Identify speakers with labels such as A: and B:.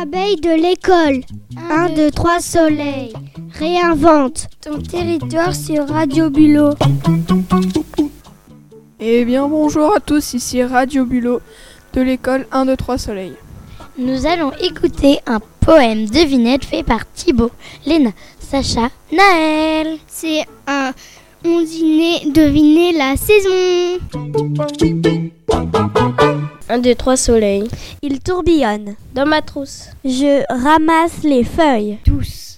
A: abeille de l'école. 1, 2, 3, soleil. Réinvente ton territoire sur Radio Bulot.
B: Eh bien bonjour à tous, ici Radio Bulot de l'école 1, 2, 3 Soleil.
A: Nous allons écouter un poème devinette fait par Thibaut, Léna, Sacha, Naël. C'est un onziné deviner la saison.
C: 1, 2, 3 soleil.
A: Il tourbillonne.
C: Dans ma trousse.
A: Je ramasse les feuilles. Tous.